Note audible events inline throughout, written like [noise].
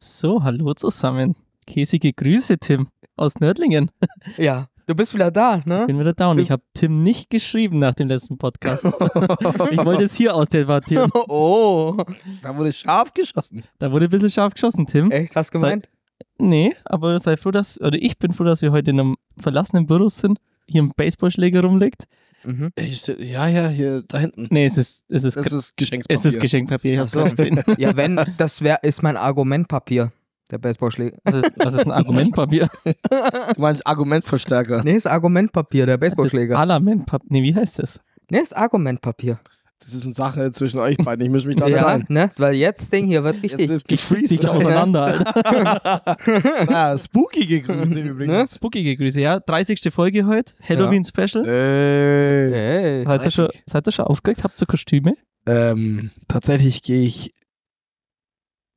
So, hallo zusammen. Käsige Grüße, Tim, aus Nördlingen. Ja, du bist wieder da, ne? Bin wieder down. Ich habe Tim nicht geschrieben nach dem letzten Podcast. [laughs] ich wollte es hier [laughs] ausdebattieren. Oh, Da wurde scharf geschossen. Da wurde ein bisschen scharf geschossen, Tim. echt, hast gemeint? Nee, aber sei froh, dass, oder ich bin froh, dass wir heute in einem verlassenen Büro sind, hier ein Baseballschläger rumliegt. Mhm. Ich, se- ja, ja, hier da hinten. Nee, es ist, es ist, Das ist Geschenkspapier. es ist Geschenkpapier. Ich hab's Ach so. schon gesehen. Ja, wenn, das wär, ist mein Argumentpapier, der Baseballschläger. Was ist, was ist ein Argumentpapier? du meinst Argumentverstärker. Nee, ist Argumentpapier, der Baseballschläger. Parlamentpapier. Nee, wie heißt das? Nee, ist Argumentpapier. Das ist eine Sache zwischen euch beiden. Ich mische mich da nicht Ja, ein. ne? Weil jetzt Ding hier wird Jetzt richtig. ist Dich gefreestyle. [laughs] auseinander, Alter. Ah, spookige [laughs] Ne? Grüße übrigens. Spookige Grüße, ja. 30. Folge heute, Halloween-Special. Äh, Ey. Seid ihr, schon, 30. seid ihr schon aufgeregt? Habt ihr Kostüme? ähm, tatsächlich gehe ich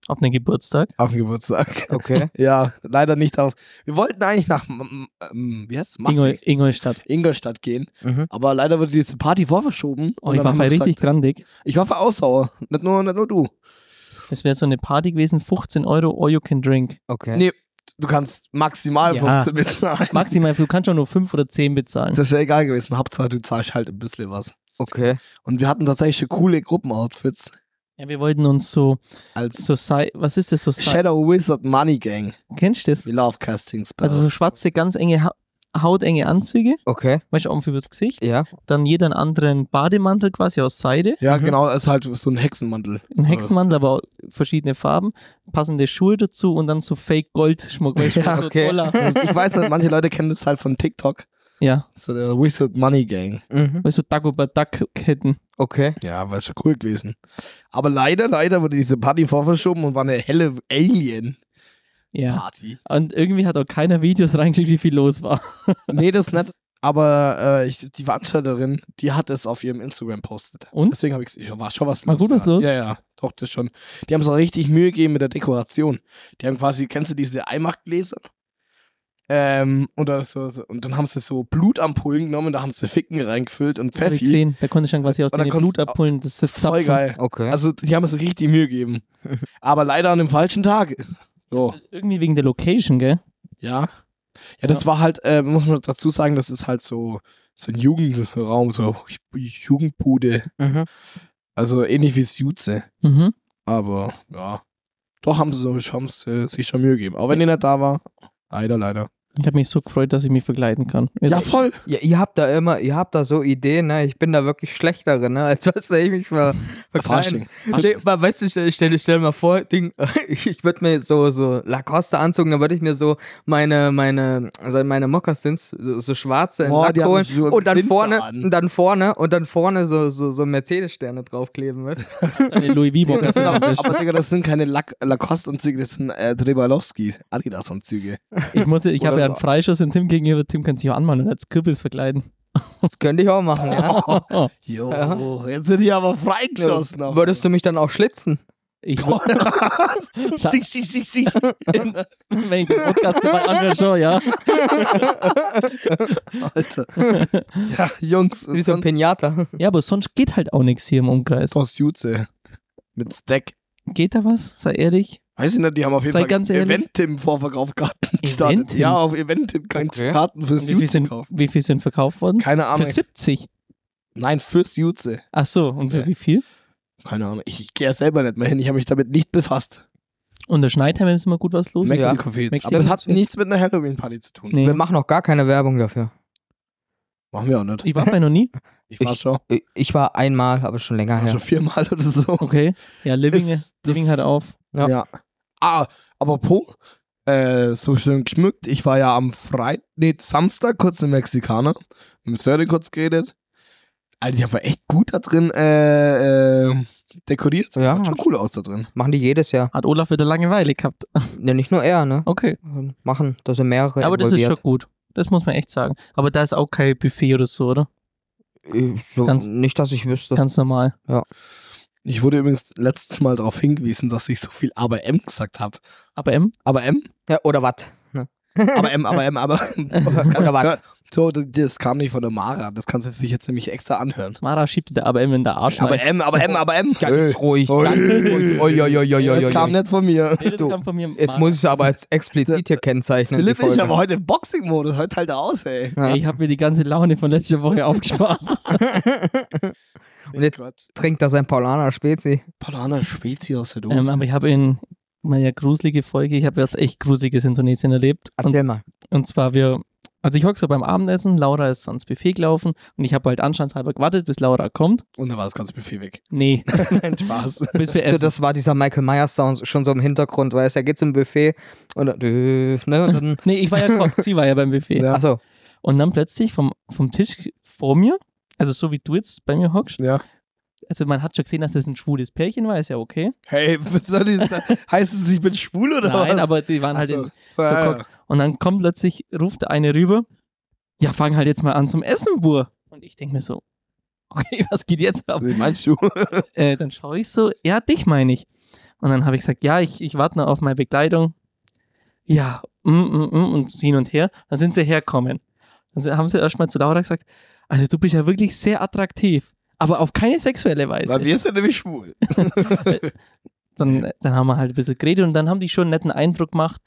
Auf den Geburtstag? auf den Geburtstag. Okay. [laughs] Ja, leider nicht auf. Wir wollten eigentlich nach, ähm, wie heißt es? Ingol Massig. Ingolstadt. Ingolstadt gehen. Mhm. Aber leider wurde diese Party vorverschoben. Oh, Und ich dann war haben voll wir gesagt- richtig grandig. Ich war für Aussauer. Nicht nur, nicht nur du. Es wäre so eine Party gewesen, 15 Euro, all you can drink. Okay. Nee. Du kannst maximal Ja. [laughs] 15 bezahlen. Maximal, du kannst schon nur 5 oder 10 bezahlen. Das wäre egal gewesen. Hauptsache, du zahlst halt ein bisschen was. Okay. Und wir hatten tatsächlich schon coole Gruppenoutfits Ja, wir wollten uns so, als Soci was ist das, Society, Shadow Wizard Money Gang. kennst du das? We love casting spells. Also so schwarze, ganz enge, ha hautenge Anzüge, Okay. weißt du, oben übers Gesicht. Ja. Dann jeder einen anderen Bademantel quasi aus Seide. ja, Mhm. genau. Es ist halt so ein Hexenmantel. Ein so. [laughs] Hexenmantel, aber auch verschiedene Farben, passende Schuhe dazu und dann so Fake-Gold-Schmuck. weißt du, Ja, so okay. Dollar. Das- Also Ich weiß nicht, manche Leute kennen das halt von TikTok. Ja, So der Wizard Money Gang. Mhm. weißt du, Dagobert-Duck-Ketten. Okay. Ja, war schon cool gewesen. Aber leider, leider wurde diese Party vorverschoben und war eine helle Alien-Party. Ja. Und irgendwie hat auch keiner Videos reingeschickt, wie viel los war. [laughs] Nee, das nicht. Aber äh, ich, die Veranstalterin, die hat es auf ihrem Instagram postet. Und? Deswegen habe ich ich war schon was War los. gut was ja. los? Ja, ja, doch, das schon. Die haben es auch richtig Mühe gegeben mit der Dekoration. Die haben quasi, kennst du diese Eimachtgläser? Ähm, oder so, so, und dann haben sie so Blutampullen genommen, da haben sie Ficken reingefüllt und Hab Also ich Pfeffi. gesehen. Da konnte ich dann quasi aus Und dann dem konntest- Blut abholen. Das ist das Voll Zapfen. geil. Okay. Also, die haben es richtig [laughs] Mühe gegeben. Aber leider an dem falschen Tag. So, Irgendwie wegen der Location, gell? ja. Ja, das war halt, äh, muss man dazu sagen, das ist halt so, so ein Jugendraum, so Jugendbude. Mhm. Also ähnlich wie Jutze. Mhm. Aber Aber ja. Doch haben sie, haben sie sich schon Mühe gegeben. Auch wenn er nicht da war. Leider, leider. Ich habe mich so gefreut, dass ich mich verkleiden kann. Jetzt- Ja, [laughs] voll. Ja, ihr habt da immer, ihr habt da so Ideen, ne? Ich bin da wirklich schlechter drin, ne? Als was ich mich ver verkleiden. Fasching. Nee, aber weißt du, stell, stell, stell mal vor, Ding, [laughs] ich würde mir so, so Lacoste anzogen, dann würde ich mir so meine, meine, also meine Moccasins, so, so schwarze in Boah, Lack die haben holen so und dann Winter vorne, an. und dann vorne, und dann vorne so, so, so Mercedes-Sterne draufkleben, weißt du? Deine Louis [laughs] Vuitton. Das Das sind ist aber, praktisch. aber Digga, das sind keine Lack- Lacoste-Anzüge, das sind äh, Trebalowski, Adidas-Anzüge. ich muss, ich habe ja einen Freischuss in Tim gegenüber. Tim kann sich auch anmalen und als Kürbis verkleiden. Das könnte ich auch machen, ja. [laughs] Oh, oh. Jo, Ja. jetzt sind die aber freigeschossen. Würdest du mich dann auch schlitzen? [laughs] Ich, [laughs] Stich, stich, stich, stich. [laughs] wenn ich den Podcast dabei anhöre, schon, ja. [laughs] Alter. Ja, Jungs. Wie so ein sonst- Pinata. Ja, aber sonst geht halt auch nichts hier im Umkreis. Aus Jutze. Mit Stack. Geht da was? Sei ehrlich. Weiß ich nicht, die haben auf jeden Sei Fall ganz ehrlich. Eventim-Vorverkauf Karten gestartet. Eventim? Ja, auf Eventim kannst du Okay. Karten fürs Und Wie viel, Jutze sind, kaufen. wie viel sind verkauft worden? Keine Für Ahnung. 70. Nein, fürs Jutze. Ach so, und für Ja. wie viel? Keine Ahnung. Ich, ich gehe ja selber nicht mehr hin. Ich habe mich damit nicht befasst. Und der Schneidheim ist immer gut was los. Mex- Mexiko-Fets. Mexiko- Aber es hat Fets. nichts mit einer Halloween-Party zu tun. Nee. Wir machen auch gar keine Werbung dafür. Machen wir auch nicht. Ich war bei noch nie. Ich war ich- schon, Ich war einmal, aber schon länger war schon her. viermal oder so. Okay. Ja, Living, äh, Ist das- Living hat auf. Ja. Ja. Ah, apropos, äh, so schön geschmückt. Ich war ja am Freitag, nee, Samstag kurz im Mexikaner. Mit dem Sören kurz geredet. Alter, die haben wir echt gut da drin äh, äh, dekoriert. Ja, das sah schon hab- cool aus da drin. Machen die jedes Jahr. Hat Olaf wieder Langeweile gehabt. [laughs] Ja, nicht nur er, ne? Okay. Machen, da sind mehrere Aber das ist involviert. schon gut. Das muss man echt sagen. Aber da ist auch kein Buffet oder so, oder? Äh, So, Ganz- nicht, dass ich wüsste. Ganz normal. Ich wurde übrigens letztes Mal darauf hingewiesen, dass ich so viel ABM gesagt habe. Aber M? ABM? ja, oder was? Ne? Aber M, aber M, aber. [laughs] Das kann- Rabatt. So, das, das kam nicht von der Mara. Das kannst du sich jetzt nämlich extra anhören. Mara schiebt dir aber immer in der Arsch Aber rein. M, aber M, aber M. Ganz ruhig, Ui. ganz ruhig. Ui, ui, ui, ui, ui, Das ui. kam nicht von mir. Nee, das du, kam von mir, Jetzt Mara. muss ich es aber als explizit hier Ne, kennzeichnen. die Philipp, ich Folge. aber heute im Boxing-Modus. Heute halt aus, ey. Ja. Ey, ich habe mir die ganze Laune von letzter Woche aufgespart. Und jetzt- Gott. Trinkt da sein Paulaner Spezi. Paulaner Spezi aus der Dose. ähm, aber ich habe in meiner gruselige Folge, ich habe jetzt echt Gruseliges in Tunesien erlebt. Und, Erzähl mal. und zwar wir, also ich hocke so beim Abendessen, Laura ist ans Buffet gelaufen und ich habe halt anstandshalber gewartet, bis Laura kommt. Und dann war das ganze Buffet weg. [laughs] [laughs] Nee, Nein, Spaß. bis wir So, essen. das war dieser Michael Myers Sound schon so im Hintergrund, weißt du, er geht zum Buffet und dann, ne, und dann nee, ich war ja Koch, sie war [laughs] ja beim Buffet. Ja. achso, Und dann plötzlich vom, vom Tisch vor mir, also so wie du jetzt bei mir hockst, Ja. also man hat schon gesehen, dass das ein schwules Pärchen war, ist ja okay. Hey, was soll die, heißt es, ich bin schwul oder was? Nein, aber die waren Ach halt so. in, so guck. Und dann kommt plötzlich, ruft der eine rüber, ja, fang halt jetzt mal an zum Essen, Bur. Und ich denke mir so, okay, [laughs] was geht jetzt ab? Wen meinst du? Äh, dann schaue ich so, ja, dich meine ich. Und dann habe ich gesagt, ja, ich, ich warte noch auf meine Begleitung. Ja, mm, mm, mm, und hin und her. Dann sind sie herkommen. Dann sind- haben sie erstmal zu Laura gesagt, also du bist ja wirklich sehr attraktiv, aber auf keine sexuelle Weise. Weil wir sind nämlich schwul. Dann, dann haben wir halt ein bisschen geredet und dann haben die schon einen netten Eindruck gemacht.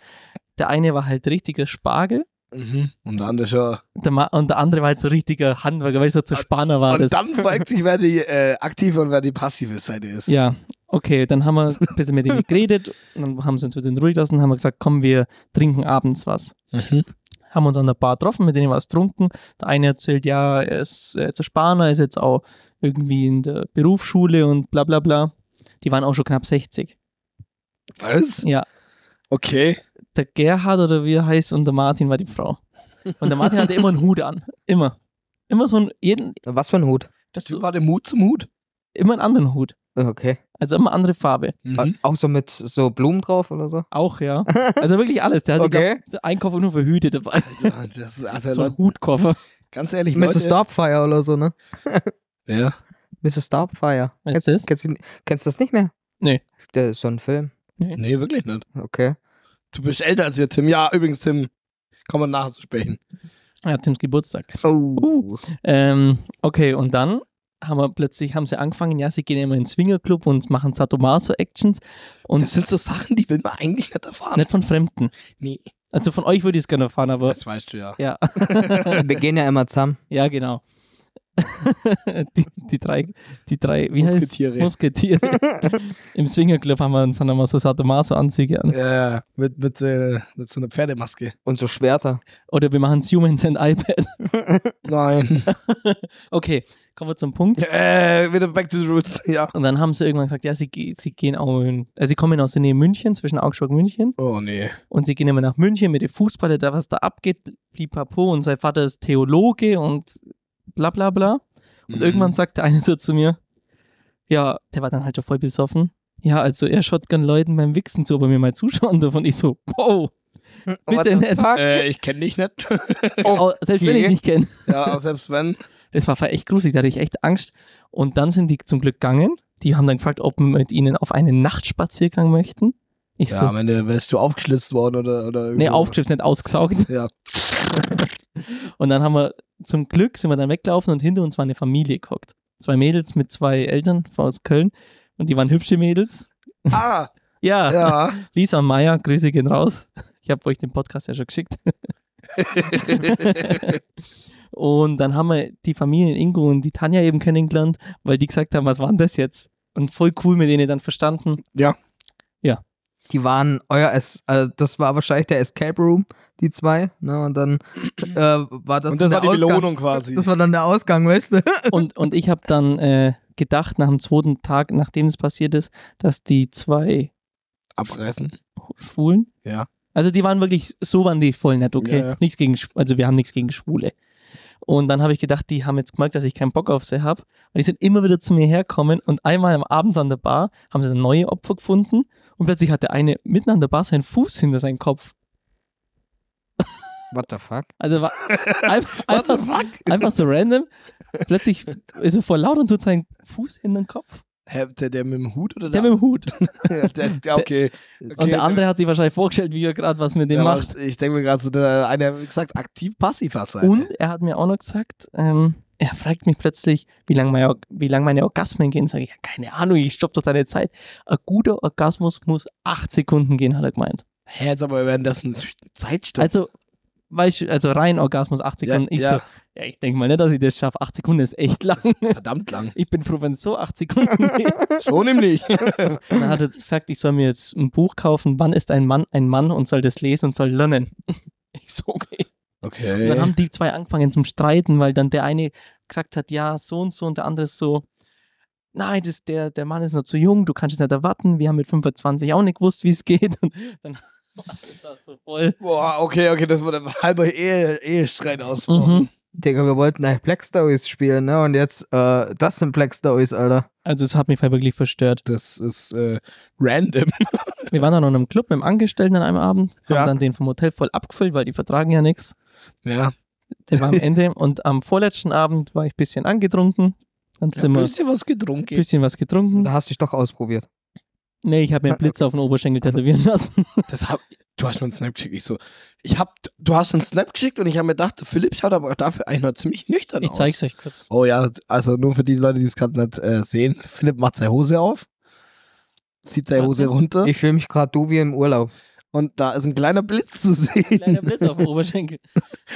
Der eine war halt richtiger Spargel Mhm. Und dann der Show. Der Ma und der andere war halt so richtiger Handwerker, weil ich so zu Spanner war. Ah, das. Und dann zeigt sich, wer die äh, aktive und wer die passive Seite ist. ja, okay, dann haben wir ein bisschen mit denen geredet und dann haben sie uns wieder in Ruhe gelassen, haben wir gesagt, komm, wir trinken abends was. Mhm. Haben uns an der Bar getroffen, mit denen was getrunken. Der eine erzählt, ja, er ist äh, zu Spaner, ist jetzt auch irgendwie in der Berufsschule und bla bla bla. Die waren auch schon knapp 60. Was? Ja, Okay. der Gerhard oder wie er heißt und der Martin war die Frau. Und der Martin hatte immer einen Hut an. Immer. Immer so einen, jeden, was für ein Hut. das, Du war der Mut zum Hut. immer einen anderen Hut. Okay. Äh, Also immer andere Farbe. Mhm. Auch so mit so Blumen drauf oder so. Auch, ja. Also wirklich alles. Der hatte Okay. okay. glaub, so einen Koffer nur für Hüte dabei. Ja, Das ist, also, so ein Leute, Hutkoffer. [laughs] ganz ehrlich, Leute. Mrs. Starfire oder so, ne? Ja. Mrs. Starfire. Was ist das? Kennst, kennst, du- kennst du das nicht mehr? Nee. Der ist so ein Film. Nee, wirklich nicht. Okay. Du bist älter als wir, Tim. Ja, übrigens, Tim, kommen wir nachher zu sprechen. Ja, Tims Geburtstag. Oh. Ähm, okay, und dann haben wir plötzlich, haben sie angefangen, ja, sie gehen immer in den Swingerclub und machen Sadomaso-Actions. Und Das sind so Sachen, die will man eigentlich nicht erfahren. nicht von Fremden. Nee. Also von euch würde ich es gerne erfahren, aber Das weißt du ja. ja, Wir gehen ja immer zusammen. ja, genau. [laughs] die, die drei, die drei, wie heißt Musketiere. Musketiere. [laughs] Im Swingerclub haben wir uns dann immer so Sadomaso-Anzüge an. Ja, mit, mit, äh, mit so einer Pferdemaske. Und so Schwerter. Oder wir machen Humans and iPad. [laughs] Nein. Okay, kommen wir zum Punkt. äh, wieder back to the roots. [laughs] Ja. Und dann haben sie irgendwann gesagt, ja, sie, ge- sie gehen auch in, also sie kommen aus der Nähe München, zwischen Augsburg und München. Oh nee. Und sie gehen immer nach München mit dem Fußball, da was da abgeht, blipapo. Und sein Vater ist Theologe und bla bla bla. Und Mhm. irgendwann Mhm. sagt der eine so zu mir, ja, der war dann halt schon voll besoffen. Ja, also er shotgun Leuten beim Wichsen zu, aber mir mal zuschauen [laughs] darf. Und ich so, wow, What the nicht. fuck? Oh, Äh, ich kenne dich nicht. [laughs] au- selbst wenn ich okay. nicht kenne. ja, aber selbst wenn. Das war echt gruselig, da hatte ich echt Angst. Und dann sind die zum Glück gegangen. Die haben dann gefragt, ob wir mit ihnen auf einen Nachtspaziergang möchten. Ich Ja, so, am Ende wärst du aufgeschlitzt worden oder. oder Nee, irgendwo. aufgeschrieben, nicht ausgesaugt. Ja. Und dann haben wir zum Glück sind wir dann weggelaufen und hinter uns war eine Familie gehockt. Zwei Mädels mit zwei Eltern aus Köln und die waren hübsche Mädels. [laughs] Ah, Ja, ja. Lisa und Maya, Grüße gehen raus. [laughs] Ich habe euch den Podcast ja schon geschickt. und dann haben wir die Familien Ingo und die Tanja eben kennengelernt, weil die gesagt haben, was war denn das jetzt? Und voll cool mit denen dann verstanden. Die waren euer, es, äh, das war wahrscheinlich der Escape Room, die zwei. Ne? Und dann äh, war das, Und das der war die Ausgang. Belohnung quasi. Das war dann der Ausgang, weißt du? Und, und ich habe dann äh, gedacht, nach dem zweiten Tag, nachdem es passiert ist, dass die zwei Abreißen. Schwulen? Ja. Also die waren wirklich, so waren die voll nett, okay? Ja, ja. Nichts gegen, Schw- also wir haben nichts gegen Schwule. Und dann habe ich gedacht, die haben jetzt gemerkt, dass ich keinen Bock auf sie habe. Und die sind immer wieder zu mir herkommen und einmal am Abend an der Bar haben sie dann neue Opfer gefunden und plötzlich hat der eine mitten an der Bar seinen Fuß hinter seinen Kopf. What the fuck? Also [laughs] war ein, What the einfach, fuck? einfach so random. Plötzlich ist er voll laut und tut seinen Fuß hinter den Kopf. Hä, der, der mit dem Hut oder Der mit dem Hut. [laughs] der, der, der, okay. okay. Und der andere hat sich wahrscheinlich vorgestellt, wie er gerade was mit dem der war- macht. Ich denke mir gerade so, der eine hat gesagt, aktiv-passiv hat sein. Und er hat mir auch noch gesagt, ähm, er fragt mich plötzlich, wie lange mein, Or- wie lang meine Orgasmen gehen. Sage ich, ja, keine Ahnung, ich stopp doch deine Zeit. Ein guter Orgasmus muss acht Sekunden gehen, hat er gemeint. Hä, jetzt aber währenddessen Zeitstopp. Also, weißt du, also rein Orgasmus acht Sekunden. ich ja, so, ja, ich denke mal nicht, dass ich das schaffe. Acht Sekunden ist echt lang. ja. Verdammt lang. [laughs] Ich bin froh, wenn es so acht [laughs] Sekunden geht. [laughs] So nämlich. Dann hat er gesagt, ich soll mir jetzt ein Buch kaufen, wann ist ein Mann ein Mann und soll das lesen und soll lernen. [laughs] Ich so, okay. Und dann Okay. haben die zwei angefangen zum Streiten, weil dann der eine gesagt hat, ja, so und so und der andere ist so, nein, das, der, der Mann ist noch zu jung, du kannst es nicht erwarten, wir haben mit 25 auch nicht gewusst, wie es geht. Und dann [laughs] war das so voll. Boah, okay, okay, das wurde ein halber Ehe, Ehestreit ausbrochen. Mhm. Digga, wir wollten eigentlich Black Stories spielen, ne? Und jetzt, äh, das sind Black Stories, Alter. Also es hat mich wirklich verstört. Das ist äh, random. Wir waren dann noch in einem Club mit einem Angestellten an einem Abend, haben Ja. dann den vom Hotel voll abgefüllt, weil die vertragen ja nichts. Ja. Der war am Ende und am vorletzten Abend war ich ein bisschen angetrunken. Dann [laughs] ja sind wir ein bisschen was getrunken. bisschen was getrunken. Da hast du dich doch ausprobiert. Nee, ich habe mir einen Blitz auf den Oberschenkel tätowieren lassen. Das hab, du hast mir einen Snap geschickt. Ich so, ich hab, du hast einen Snap geschickt und ich habe mir gedacht, der Philipp schaut aber dafür eigentlich noch ziemlich nüchtern Ich aus. zeig's euch kurz. Oh ja, also nur für die Leute, die es gerade nicht äh, sehen. Philipp macht seine Hose auf, zieht seine Hose runter Ich fühle mich gerade du wie im Urlaub. und da ist ein kleiner Blitz zu sehen. Kleiner Blitz auf dem Oberschenkel.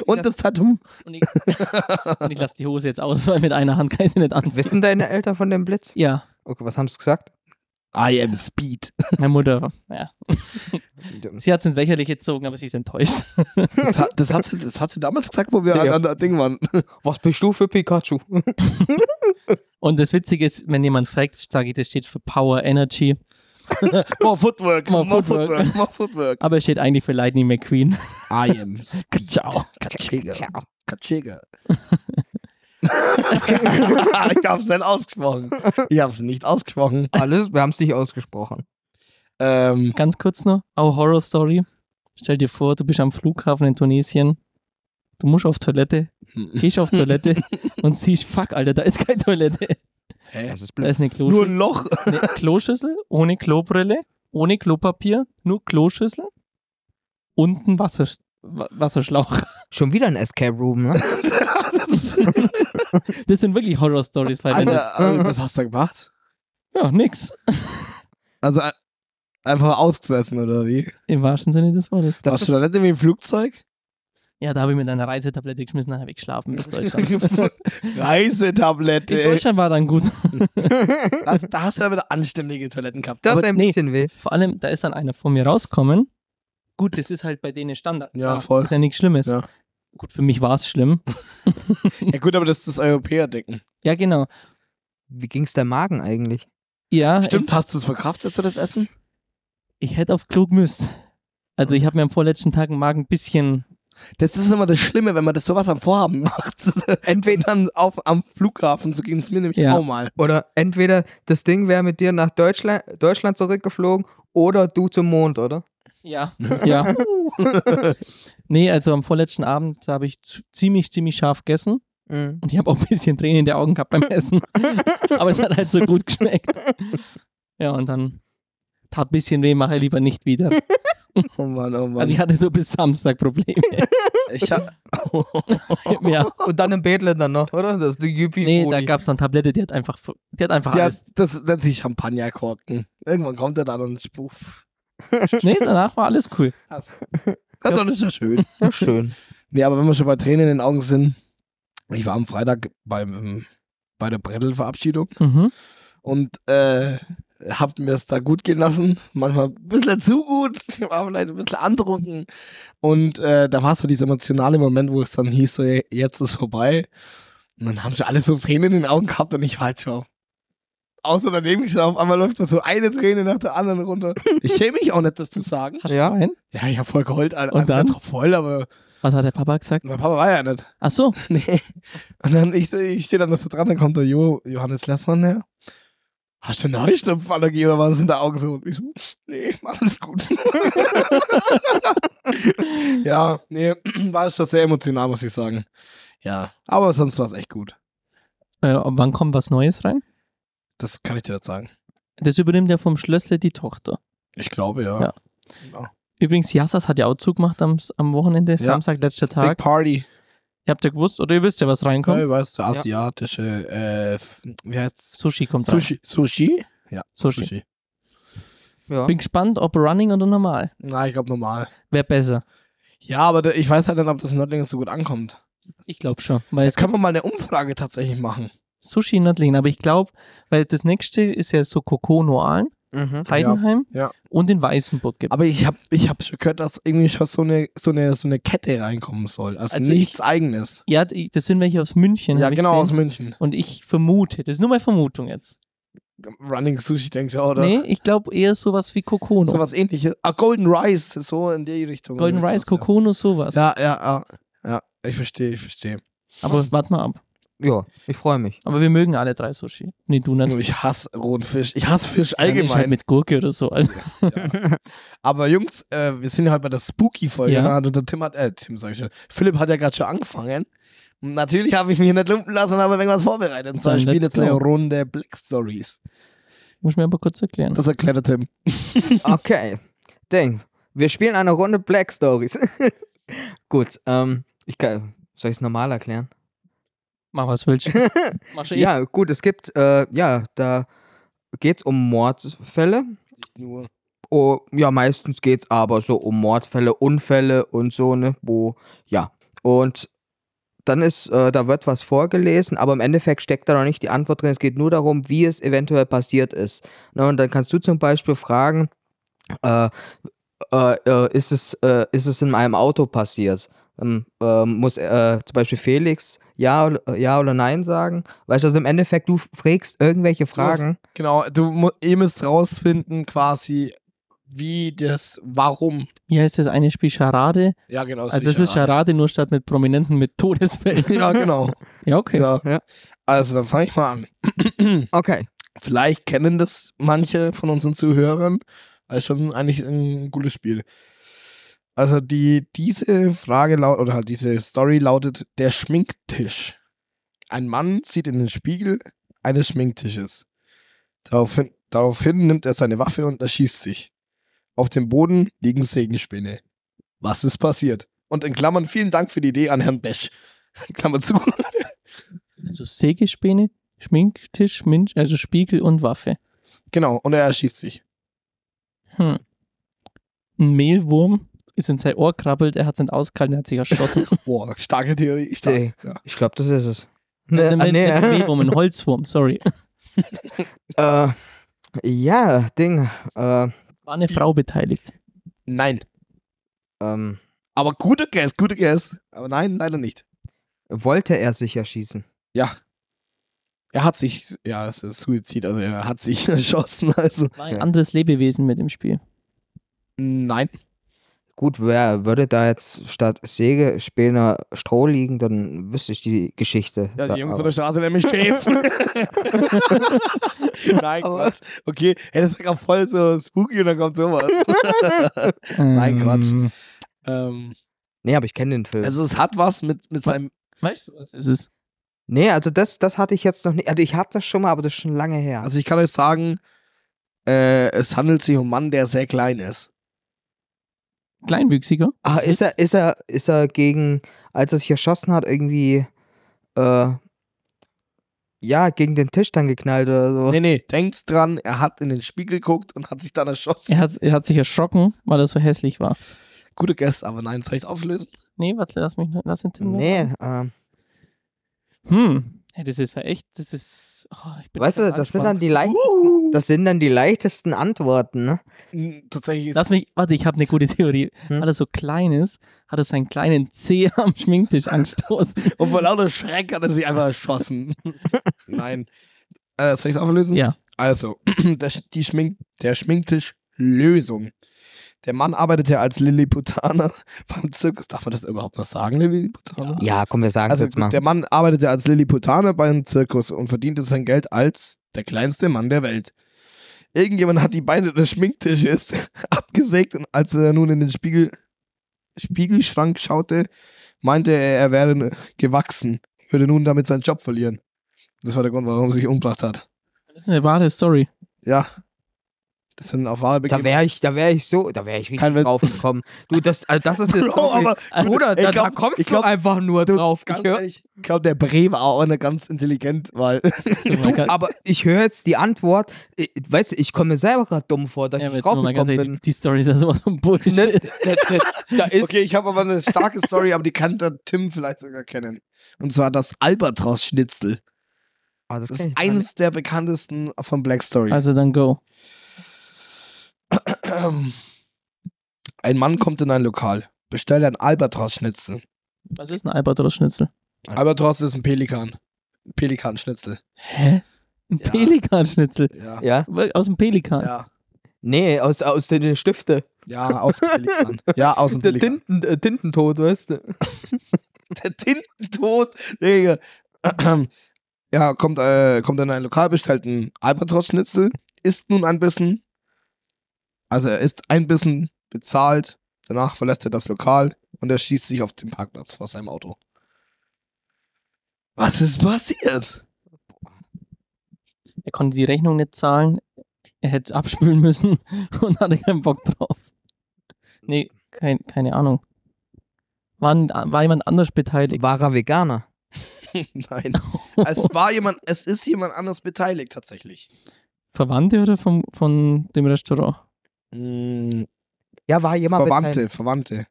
Und das Tattoo. Und ich, [laughs] und ich lasse die Hose jetzt aus, [laughs] weil mit einer Hand kann ich sie nicht anziehen. Wissen deine Eltern von dem Blitz? Ja, Okay, was haben sie gesagt? I am Speed. meine Mutter. Ja. Sie hat es in lächerlich gezogen, aber sie ist enttäuscht. Das hat, das hat, sie, das hat sie damals gesagt, wo wir Ja. an, an Ding waren. Was bist du für [laughs] Pikachu? Und das Witzige ist, wenn jemand fragt, sage ich, das steht für Power Energy, More Footwork, More more, Footwork. footwork. more Footwork. aber es steht eigentlich für Lightning McQueen. [laughs] I am Speed. Ciao. Katschega. [laughs] Katschega. ich hab's nicht ausgesprochen. Ich hab's nicht ausgesprochen. Alles, wir haben es nicht ausgesprochen. Ähm, Ganz kurz noch, auch Horror Story. Stell dir vor, du bist am Flughafen in Tunesien. Du musst auf Toilette, hm. gehst auf Toilette und siehst, fuck, Alter, da ist keine Toilette. hä? Das ist Da blöd. ist eine Nur Kloschüssel. ein Loch. Eine Kloschüssel ohne Klobrille, ohne Klopapier, nur Kloschüssel und ein Wasser, Wa- Wasserschlauch. Schon wieder ein Escape Room, ne? Das sind wirklich Horror-Stories, Freunde. Alter, aber was hast du da gemacht? Ja, nix. Also ein- einfach ausgesessen oder wie? Im wahrsten Sinne des Wortes. Das Warst du da nicht irgendwie [laughs] im Flugzeug? Ja, da habe ich mit einer Reisetablette geschmissen, dann habe ich geschlafen [laughs] bis Deutschland. In Reisetablette. Deutschland war dann gut. Das, da hast du ja wieder anständige Toiletten gehabt. Das Aber hat ein nee. bisschen weh. Vor allem, da ist dann einer vor mir rausgekommen. Gut, das ist halt bei denen Standard. Ja, Ah, voll. Ist ja nichts Schlimmes. Ja. Gut, für mich war es schlimm. Ja gut, aber das ist das Europäer-Denken. Ja, genau. Wie ging's deinem Magen eigentlich? Ja, Stimmt, hast du es verkraftet, so das Essen? Ich, ich hätte auf Klo müsst. Also Mhm. ich habe mir am vorletzten Tag den Magen ein bisschen Das ist immer das Schlimme, wenn man das sowas am [laughs] Vorhaben macht. Entweder Dann auf, am Flughafen, so ging es mir nämlich Ja. auch mal. oder entweder das Ding wäre mit dir nach Deutschland, Deutschland zurückgeflogen oder du zum Mond, oder? [laughs] Ja, ja. nee, also am vorletzten Abend habe ich zu- ziemlich, ziemlich scharf gegessen Mhm. und ich habe auch ein bisschen Tränen in den Augen gehabt beim Essen. Aber es hat halt so gut geschmeckt. Ja, und dann tat ein bisschen weh, mache ich lieber nicht wieder. Oh Mann, oh Mann. Also ich hatte so bis Samstag Probleme. [laughs] ich hab, ja. Und dann im Bethlehem dann noch, oder? Das ist die Yuppie. Nee, da Uni. gab es dann Tablette, die hat einfach, die hat einfach die hat, alles. das nennt sich Champagnerkorken. Irgendwann kommt er dann und Spruch. Nee, danach war alles cool. [laughs] Ja, dann ist ja schön. Ja, schön. Nee, aber wenn wir schon bei Tränen in den Augen sind, ich war am Freitag beim, ähm, bei der Brettel-Verabschiedung Mhm. und äh, hab mir es da gut gehen lassen. Manchmal ein bisschen zu gut, [laughs] war vielleicht ein bisschen antrunken. Und äh, dann war es so dieser emotionale Moment, wo es dann hieß, so, ey, jetzt ist vorbei. Und dann haben sie alle so Tränen in den Augen gehabt und ich war halt schon außer daneben gestanden. Auf einmal läuft mir so eine Träne nach der anderen runter. Ich schäme mich auch nicht, das zu sagen. Hast Ja. du einen? Ja, ich habe voll geheult, Alter. Und Also dann? nicht voll, aber Was hat der Papa gesagt? mein Papa war ja nicht. Ach so, [laughs] Nee. Und dann, ich, ich stehe dann so dran, dann kommt der jo Johannes Lessmann her. Hast du eine Heuschnupfenallergie oder was in der Augen so? Und ich so, nee, alles gut. [laughs] ja, nee, [clears throat] war schon sehr emotional, muss ich sagen. Ja, aber sonst war es echt gut. äh, wann kommt was Neues rein? Das kann ich dir jetzt sagen. Das übernimmt ja vom Schlössle die Tochter. Ich glaube, ja. Ja. Ja. Übrigens, Yassas hat ja auch zugemacht am, am Wochenende, Samstag, letzter Big Tag. Party. Ihr habt ja gewusst, oder ihr wisst ja, was reinkommt. Ja, weißt du, asiatische, äh, f- wie heißt's? Sushi kommt rein. Sushi. Sushi? Ja, Sushi. Ja. Bin gespannt, ob Running oder normal. Na, ich glaube normal. Wäre besser. Ja, aber da- ich weiß halt nicht, ob das in Nördlingen so gut ankommt. Ich glaube schon. Weil Jetzt können wir mal eine Umfrage tatsächlich machen. Sushi in Nördlingen, aber ich glaube, weil das nächste ist ja so Kokonoalen, Mhm. Heidenheim ja. und in Weißenburg gibt Aber ich habe ich hab schon gehört, dass irgendwie schon so eine, so eine, so eine Kette reinkommen soll. Also, Also nichts eigenes. Ja, die- das sind welche aus München. Ja, hab ich genau, aus gesehen. München. Und ich vermute, das ist nur meine Vermutung jetzt. Running Sushi, denkst du, oder? Nee, ich glaube eher sowas wie Kokono. So was ähnliches. Ah, Golden Rice, so in die Richtung. Golden Oder Rice, sowas, Kokono, sowas. Ja, ja, ja. Ja, ja ich verstehe, ich verstehe. Aber warte mal ab. ja, ich [laughs] freue mich. Aber wir mögen alle drei Sushi. Nee, du nicht. Nur Ich hasse rohen Fisch. Ich hasse Fisch Ich halt allgemein. mit Gurke oder so. Also, Alter. Aber Jungs, äh, wir sind ja heute bei der Spooky-Folge. Ja. ne? Und der Tim hat, äh, Tim sag ich schon. Philipp hat ja gerade schon angefangen. Und natürlich habe ich mich nicht lumpen lassen und habe irgendwas vorbereitet. Und zwar Dann spielt let's jetzt eine go. Runde Black Stories. Muss mir aber kurz erklären. Das erklärt der Tim. Okay. Ding. Wir spielen eine Runde Black Stories. [laughs] Gut, ähm, ich kann, soll ich es normal erklären? Mach was willst du. Mach schon eh. Ja, gut, es gibt, äh, ja, da geht es um Mordfälle. Nicht nur. Oh, ja, meistens geht es aber so um Mordfälle, Unfälle und so, ne, wo, ja. Und dann ist, äh, da wird was vorgelesen, aber im Endeffekt steckt da noch nicht die Antwort drin. Es geht nur darum, wie es eventuell passiert ist. Ne, und dann kannst du zum Beispiel fragen, äh, äh, äh, ist, es, äh, ist es in meinem Auto passiert? Ähm, ähm, muss äh, zum Beispiel Felix ja, oder- ja oder nein sagen? Weißt du, also im Endeffekt, du fragst irgendwelche Fragen. Genau, du, mu- ihr müsst rausfinden quasi, wie das, warum. Wie eh. heißt das eine Spiel? Charade? Ja, genau. also, das ist Charade nur statt mit Prominenten mit Todesfällen. Ja, genau. ja, okay. [laughs] Ja. Ja. Also, dann fange ich mal an. Okay. Vielleicht kennen das manche von unseren Zuhörern. Das ist schon eigentlich ein gutes Spiel. Also die, diese Frage laut, oder halt diese Story lautet der Schminktisch. Ein Mann sieht in den Spiegel eines Schminktisches. Daraufhin, daraufhin nimmt er seine Waffe und erschießt sich. Auf dem Boden liegen Sägespäne. Was ist passiert? Und in Klammern vielen Dank für die Idee an Herrn Besch. [laughs] Klammer zu. Also, Sägespäne, Schminktisch, Minch, also Spiegel und Waffe. Genau, und er erschießt sich. Hm. Ein Mehlwurm ist in sein Ohr krabbelt, er hat es nicht ausgehalten, er hat sich erschossen. Boah, starke Theorie. Stark. Ding. Ja. Ich glaube, das ist es. Ne, ah, ne, ne, ne, Mehlwurm, ein Holzwurm, sorry. [laughs] Äh, ja, Ding. Äh, War eine Frau beteiligt. Nein. ähm, Aber guter Guess, guter Guess. Aber nein, leider nicht. wollte er sich erschießen? Ja. Er hat sich, ja, es ist Suizid, also er hat sich [laughs] erschossen, also War ein anderes Lebewesen mit dem Spiel. nein. Gut, wer würde da jetzt statt Säge später Stroh liegen, dann wüsste ich die Geschichte. Ja, die Jungs von aber- der Straße nämlich schäf. [laughs] nein, Aber- Quatsch. Okay, hey, das ist ja voll so spooky und dann kommt [laughs] sowas. Nein, Quatsch. Ähm, ähm, nee, aber ich kenne den Film. also es hat was mit, mit seinem, Weißt du, was ist es? nee, also das, das hatte ich jetzt noch nicht. Also ich hatte das schon mal, aber das ist schon lange her. also ich kann euch sagen, äh, es handelt sich um einen Mann, der sehr klein ist. Kleinwüchsiger? ah, ist er, ist er, ist er gegen, als er sich erschossen hat, irgendwie, äh, ja, gegen den Tisch dann geknallt oder so. Nee, nee, denkt dran, er hat in den Spiegel geguckt und hat sich dann erschossen. Er hat, er hat sich erschrocken, weil er so hässlich war. Guter Guess, aber nein, soll ich es auflösen? Nee, warte, lass mich noch- lass den Tim noch- Nee, ähm, Hm. Hey, das ist ja echt, das ist. Oh, ich bin Weißt du, total das sind dann gespannt. die leichtesten, Uhuhu. das sind dann die leichtesten Antworten, ne? Mm, tatsächlich ist [laughs] Lass mich, warte, ich habe eine gute Theorie. Hm? Weil er so klein ist, hat er seinen kleinen Zeh [laughs] am [laughs] Schminktisch angestoßen. und vor lauter Schreck hat er sich einfach erschossen. [laughs] Nein. Äh, soll ich es auflösen? Ja. Also, [clears throat] der, Sch- die Schmink, der Schminktisch Lösung. Der Mann arbeitete als Lilliputaner [laughs] beim Zirkus. Darf man das überhaupt noch sagen, Lilliputaner? Ja, komm, wir sagen es Also jetzt mal. gut, der Mann arbeitete als Lilliputaner beim Zirkus und verdiente sein Geld als der kleinste Mann der Welt. Irgendjemand hat die Beine des Schminktisches [laughs] abgesägt und als er nun in den Spiegel, Spiegelschrank schaute, meinte er, er wäre gewachsen, würde nun damit seinen Job verlieren. Das war der Grund, warum er sich umgebracht hat. Das ist eine wahre [laughs] Story. Ja. Das sind auf wahre Da Begebenheiten. wäre ich, da wäre ich so, da wäre ich richtig Kein Witz. drauf gekommen. Du, das, also das [laughs] ist eine Bro, Story. aber Bruder, ich da, da glaub- kommst ich glaub, du einfach nur du- drauf. Ich ganz hör, ehrlich, ich glaube, der Bremen war auch nicht ganz intelligent, weil So, mein Gott. aber ich höre jetzt die Antwort. Ich, weißt du, ich komme mir selber gerade dumm vor, dass Ja, aber jetzt ich nur drauf mal ganz gekommen ehrlich, bin. die, die Story ist ja sowas von Bullshit. Ne, da, da, da ist, Okay, ich habe aber eine starke Story, aber die kann der Tim vielleicht sogar kennen. Und zwar das Albatros-Schnitzel. Ah, Das kenn ist ich gar nicht. eines der bekanntesten von Black Story. [laughs] Also dann go. [clears throat] Ein Mann kommt in ein Lokal, bestellt ein Albatros-Schnitzel. Was ist ein Albatros-Schnitzel? Albatros ist ein Pelikan. Ein Pelikan-Schnitzel. Hä? Ein Ja. Pelikan-Schnitzel. Ja. Ja? Weil- Aus dem Pelikan. Ja. Nee, aus, aus den Stifte. Ja, aus dem Pelikan. Ja, aus dem Der Pelikan. Tinten, äh, Tintentod, weißt du? Der Tintentod, Digga. [clears throat] Ja, kommt, äh, kommt in ein Lokal, bestellt einen Albatros-Schnitzel, isst nun ein bisschen. Also er isst ein bisschen, bezahlt, danach verlässt er das Lokal und er schießt sich auf den Parkplatz vor seinem Auto. Was ist passiert? [laughs] Er konnte die Rechnung nicht zahlen. Er hätte abspülen müssen [laughs] und hatte keinen Bock drauf. Nee, kein, keine Ahnung. War, ein- war jemand anders beteiligt? Wahrer Veganer. Nein. Es war jemand, es ist jemand anders beteiligt tatsächlich. Verwandte oder vom, von dem Restaurant? Mm, Ja, war jemand Verwandte, beteiligt. Verwandte.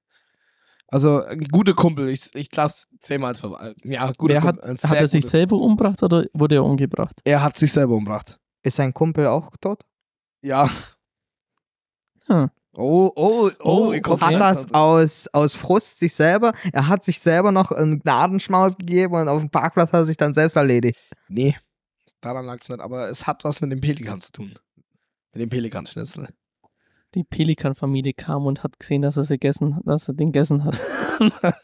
Also äh, gute Kumpel, ich, ich lasse zehnmal als Verwandte. Ja, gute Wer hat, Kumpel, ein hat sehr er sich gutes- selber umgebracht oder wurde er umgebracht? Er hat sich selber umgebracht. Ist sein Kumpel auch tot? Ja. Hm. Oh, oh, oh, Oh, [laughs] ihr kommt Hat nicht das dazu. aus, aus Frust sich selber? Er hat sich selber noch einen Gnadenschmaus gegeben und auf dem Parkplatz hat er sich dann selbst [laughs] erledigt. Nee, daran lag es nicht, aber es hat was mit dem Pelikan zu tun. Mit dem Pelikanschnitzel. [laughs] Die Pelikan-Familie kam und hat gesehen, dass er sie gegessen, dass er den gegessen hat.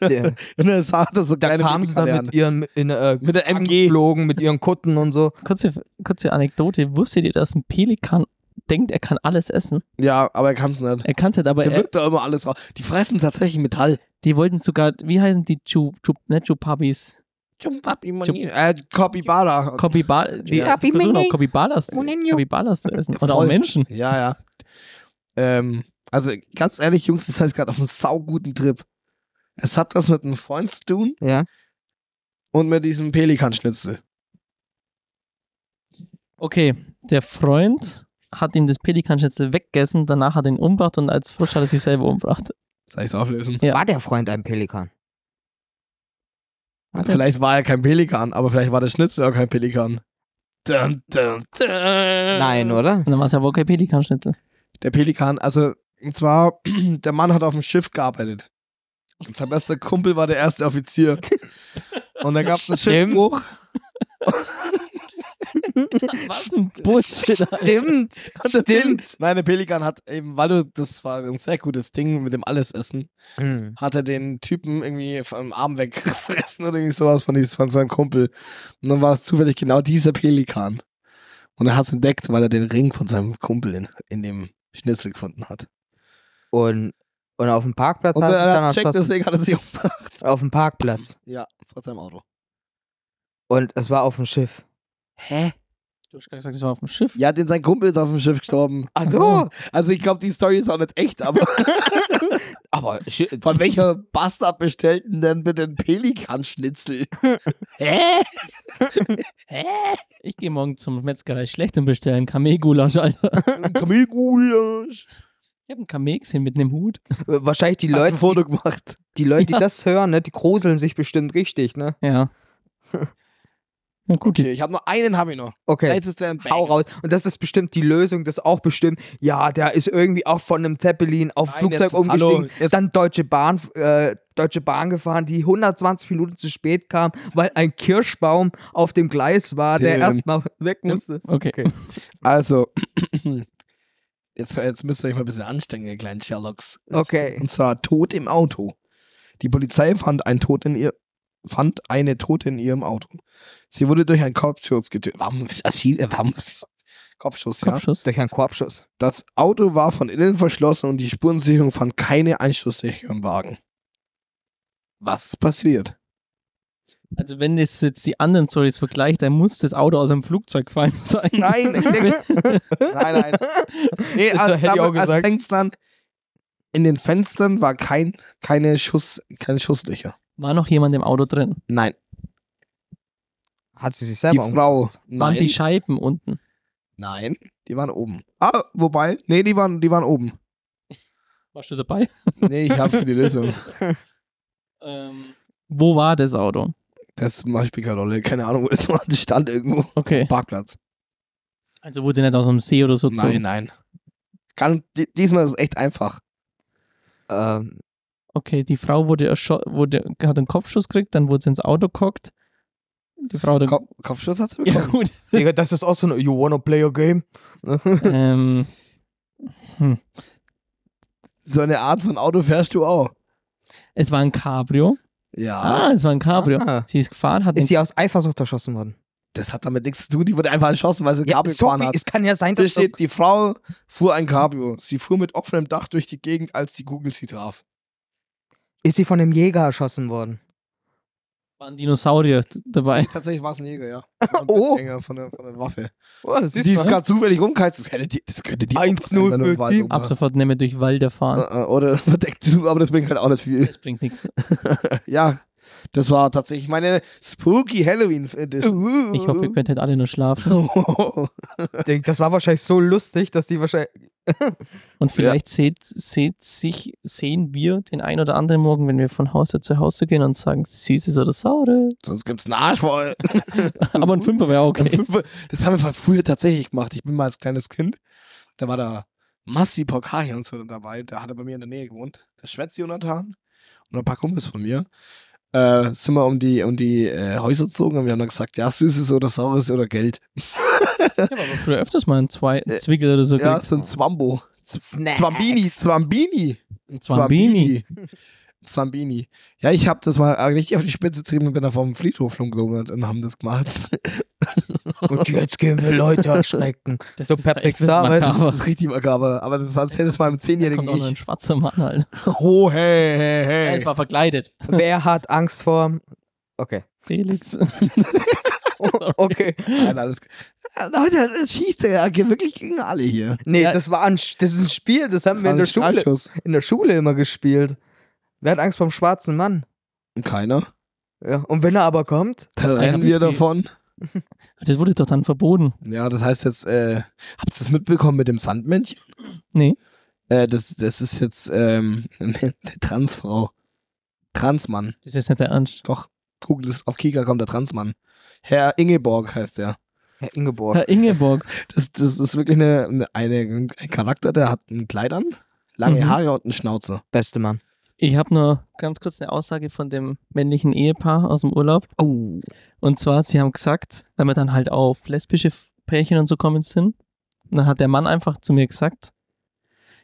[laughs] Der, Und er sah da so da kleine kamen sie dann Pelikane mit ihren in, äh, an. mit der MG. angeflogen, mit ihren Kutten und so. Kurze, kurze Anekdote. Wusstet ihr, dass ein Pelikan denkt, er kann alles essen? Ja, aber er kann es nicht. Er kann es nicht, aber Der er, wirkt da immer alles raus. Die fressen tatsächlich Metall. die wollten sogar, wie heißen die Chu, Chu, nicht Chupapis? Chumpapi- Äh, Copybara. Kopibal, die, Ja. die versuchen auch Kopibalas, Moninho. Kopibalas zu essen. Oder auch Voll. Menschen. Ja, ja. Ähm, also ganz ehrlich, Jungs, das heißt gerade auf einem sauguten Trip. Es hat was mit einem Freund zu tun Ja. und mit diesem Pelikanschnitzel. Okay, der Freund hat ihm das Pelikanschnitzel weggessen, danach hat er ihn umgebracht und als Frisch hat er sich selber umgebracht. Soll ich es auflösen? Ja. War der Freund ein Pelikan? Hat er- Vielleicht war er kein Pelikan, aber vielleicht war der Schnitzel auch kein Pelikan. Dun, dun, dun. Nein, oder? Und dann war es ja wohl kein Pelikanschnitzel. Der Pelikan, also, und zwar, [clears throat] der Mann hat auf dem Schiff gearbeitet. Und sein bester Kumpel war der [laughs] erste Offizier. Und da gab es einen Stimmt. Schiffbruch. Was ein Bullshit, Alter. [laughs] Stimmt. Der Pel- Stimmt. Nein, der Pelikan hat eben, weil du, das war ein sehr gutes Ding mit dem Allesessen. Hm. hat er den Typen irgendwie vom Arm weggefressen oder irgendwie sowas von, diesem- von seinem Kumpel. Und dann war es zufällig genau dieser Pelikan. Und er hat es entdeckt, weil er den Ring von seinem Kumpel in, in dem Schnitzel gefunden hat. Und, und auf dem Parkplatz Und hat er hat er sich es checkt, dann aus- deswegen hat er sich umgebracht. auf dem Parkplatz. Ja, [laughs] vor seinem Auto. Und es war auf dem Schiff. Hä? Du hast gerade gesagt, es war auf dem Schiff. Ja, denn sein Kumpel ist auf dem Schiff gestorben. Ach so. Also ich glaube, die Story ist auch nicht echt, aber [laughs] Aber Schi- von welcher Bastard bestellt denn denn bitte [laughs] einen Pelikanschnitzel? Hä? Ich gehe morgen zum Metzgerei schlecht und bestelle einen Kamee-Gulasch, Alter. Kamilgulasch. Ich habe einen Kamee gesehen mit einem Hut. wahrscheinlich die Hat ein Leute, Foto gemacht. die Leute, die das hören, ne, die gruseln sich bestimmt richtig, ne? [laughs] Ja. Na gut, Okay, ich habe nur einen, habe ich noch. Okay. Vielleicht ist der ein Banger. Hau raus. Und das ist bestimmt die Lösung, das ist auch bestimmt, ja, der ist irgendwie auch von einem Zeppelin auf Nein, Flugzeug jetzt- umgestiegen, hallo, jetzt- dann Deutsche Bahn, äh, Deutsche Bahn gefahren, die 120 Minuten zu spät kam, weil ein Kirschbaum auf dem Gleis war, der Tim. erstmal [laughs] weg musste. okay. Okay. Also, [clears throat] jetzt, jetzt müsst ihr euch mal ein bisschen anstrengen, ihr kleinen Sherlocks. Okay. Und zwar Tod im Auto. Die Polizei fand, ein Tod in ihr, fand eine Tote in ihrem Auto. Sie wurde durch einen Kopfschuss getötet. Wams, Aschi- äh, Wams. Kopfschuss, ja. Kopfschuss. Durch einen Korbschuss. Das Auto war von innen verschlossen und die [laughs] Spurensicherung fand keine Einschusslöcher im Wagen. Was ist passiert? Also wenn es jetzt die anderen Stories vergleicht, dann muss das Auto aus einem Flugzeug gefallen sein. [laughs] Nein, ich denk, nein, nein. Nee, Das als, hätte ich auch damit, als gesagt. denkst dann, in den Fenstern war kein, keine, Schuss, keine Schusslöcher. War noch jemand im Auto drin? Nein, Hat sie sich die selber um- Frau. Waren Nein, die Scheiben unten? nein, die waren oben. Ah, wobei, nee, die waren, die waren oben. Warst du dabei? Nee, ich habe die Lösung. Ähm. Wo war das Auto? Das mache ich keine Rolle. Keine Ahnung, wo das war. Das stand irgendwo. Okay. Parkplatz. Also wurde nicht aus einem See oder so Nein, gezogen? nein. Kann, di- diesmal ist es echt einfach. umgebracht. Ähm, Okay, die Frau wurde erscho wurde, hat einen Kopfschuss gekriegt, dann wurde sie ins Auto gehockt. Die Frau hat Ko Kopfschuss hast [laughs] du Ja bekommen? gut. Digga, das ist auch so ein You wanna play a game? ähm, So eine Art von Auto fährst du auch. es war ein Cabrio. Ja. Ah, es war ein Cabrio. Ah. Sie ist gefahren, hat ist den, sie aus Eifersucht erschossen worden? Das hat damit nichts zu tun. Die wurde einfach erschossen, weil sie ein Kabel gefahren sorry, hat. es kann ja sein, [laughs] Da dass steht, die Frau fuhr ein Cabrio. Sie fuhr mit offenem Dach durch die Gegend, als die Kugel sie traf. ist sie von einem Jäger erschossen worden. war ein Dinosaurier t- dabei. Tatsächlich war es ein Jäger, [laughs] ja. Oh. Enger von der, von der Waffe. Oh, die ne? ist gerade zufällig rumgeheizt. Das, hätte die- das könnte die auch 1-0 passieren, wenn du für im Wald Team. Ab rumhörst. sofort nicht mehr durch Wälder fahren. Äh, äh, Oder [laughs] verdeckt zu, aber das bringt halt auch nicht viel. Das bringt nichts. Ja, das war tatsächlich meine spooky Halloween. äh, Uh, das- Ich hoffe, ihr könnt halt alle nur schlafen. Äh. Denk, das war wahrscheinlich so lustig, dass die wahrscheinlich. Und vielleicht seht, seht sich, sehen wir den ein oder anderen morgen, wenn wir von Hause zu Hause gehen und sagen, Süßes oder Saures. [laughs] Sonst gibt's einen Arsch voll. Aber ein Fünfer wäre [laughs] okay. Das haben wir früher tatsächlich gemacht. Ich bin mal als kleines Kind. Da war da Massi Pokari und so dabei. Da hat er bei mir in der Nähe gewohnt. Der Schwätz Jonathan und ein paar Kumpels von mir. Äh, sind wir um die, um die äh, Häuser gezogen und wir haben dann gesagt, ja, süßes oder saures oder Geld. Ich habe aber früher öfters mal ein zwei Zwickel oder so Ja, gekriegt. so ein Zwambo. Snack. Zwambini, Zwambini. Ein Zwambini. Zwambini. Ja, ich hab das mal äh, richtig auf die Spitze getrieben und bin da vom Friedhof rumgelungen und haben das gemacht. Und jetzt gehen wir Leute erschrecken. Das So ist echt Patrick Star, makaber. weißt du, Das ist richtig makaber, aber das ist als hätte es meinem zehnjährigen Kommt auch noch ein Ich. schwarzer Mann, Alter. Oh, hey, hey, Ja, hey. es war verkleidet. Wer hat Angst vor. Okay. Felix. Okay. Nein, alles. Leute, das schießt er ja wirklich gegen alle hier. Nee, Ja. das war ein, Sch- das ist ein Spiel, das haben Das wir war in ein der, Schule, Strahlschuss. in der Schule immer gespielt. Wer hat Angst vor dem schwarzen Mann? Keiner. Ja. Und wenn er aber kommt, Nein, Dann hab rennen ich wir die- davon. Das wurde doch dann verboten. Ja, das heißt jetzt, äh, habt ihr das mitbekommen mit dem Sandmännchen? Nee. Äh, das, das ist jetzt ähm, [laughs] eine Transfrau. Transmann. Das ist jetzt nicht der Ernst. Doch, Google ist auf Kika kommt der Transmann. Herr Ingeborg heißt er. Herr Ingeborg. Herr Ingeborg. Das, das ist wirklich eine, eine, ein Charakter, der hat ein Kleid an, lange Mhm. Haare und einen Schnauze. Beste Mann. Ich habe nur ganz kurz eine Aussage von dem männlichen Ehepaar aus dem Urlaub. Oh. Und zwar, sie haben gesagt, weil wir dann halt auf lesbische Pärchen und so kommen sind, und dann hat der Mann einfach zu mir gesagt,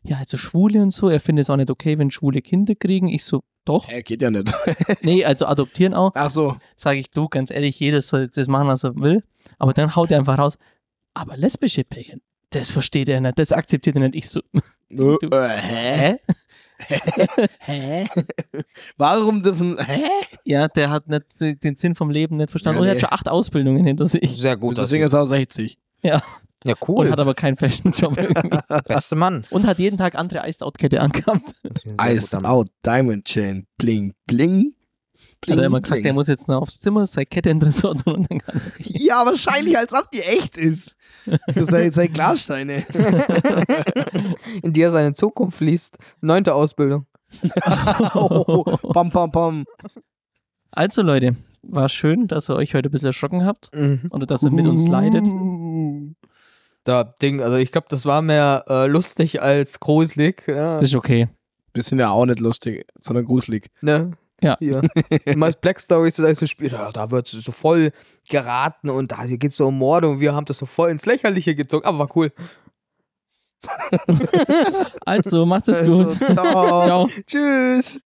ja, also Schwule und so, er findet es auch nicht okay, wenn Schwule Kinder kriegen. Ich so, doch. Hä, geht ja nicht. Nee, also adoptieren auch. Ach so. Sage ich, du, ganz ehrlich, jeder soll das machen, was er will. Aber dann haut er einfach raus, aber lesbische Pärchen, das versteht er nicht, das akzeptiert er nicht. Ich so, Äh, Du- äh, hä? hä? Hä? [laughs] Warum dürfen. Hä? [laughs] Ja, der hat nicht äh, den Sinn vom Leben nicht verstanden. Ja, und er nee. hat schon acht Ausbildungen hinter sich. Sehr gut. Deswegen ist er auch 60. ja, cool. Und hat [laughs] aber keinen Fashion-Job. irgendwie. Beste Mann. und hat jeden Tag andere Iced-Out-Kette angehabt. Iced out, Diamond Chain, bling, bling. bling Hat Also er immer gesagt, bling. er muss jetzt noch aufs Zimmer, sei Kette in Tresor tun und dann kann Ja, wahrscheinlich, als ob die echt ist. Das sind [laughs] halt [laughs] Glassteine. [laughs] in die er seine Zukunft liest. Neunte Ausbildung. oh, pam, pam, pam. Also Leute, war schön, dass ihr euch heute ein bisschen erschrocken habt und dass ihr mit uns leidet. Mhm. Uh. Da Ding, also ich glaube, das war mehr äh, lustig als gruselig. Ja, Das ist okay. Wir sind ja auch nicht lustig, sondern gruselig. ne? Ja. Hier. Meist Black Stories ist eigentlich so ein Spiel, da, da wird so voll geraten und da hier geht's so um Morde und wir haben das so voll ins Lächerliche gezogen, aber war cool. Also macht es gut. [laughs] Also, [laughs] ciao. Ciao. Tschüss.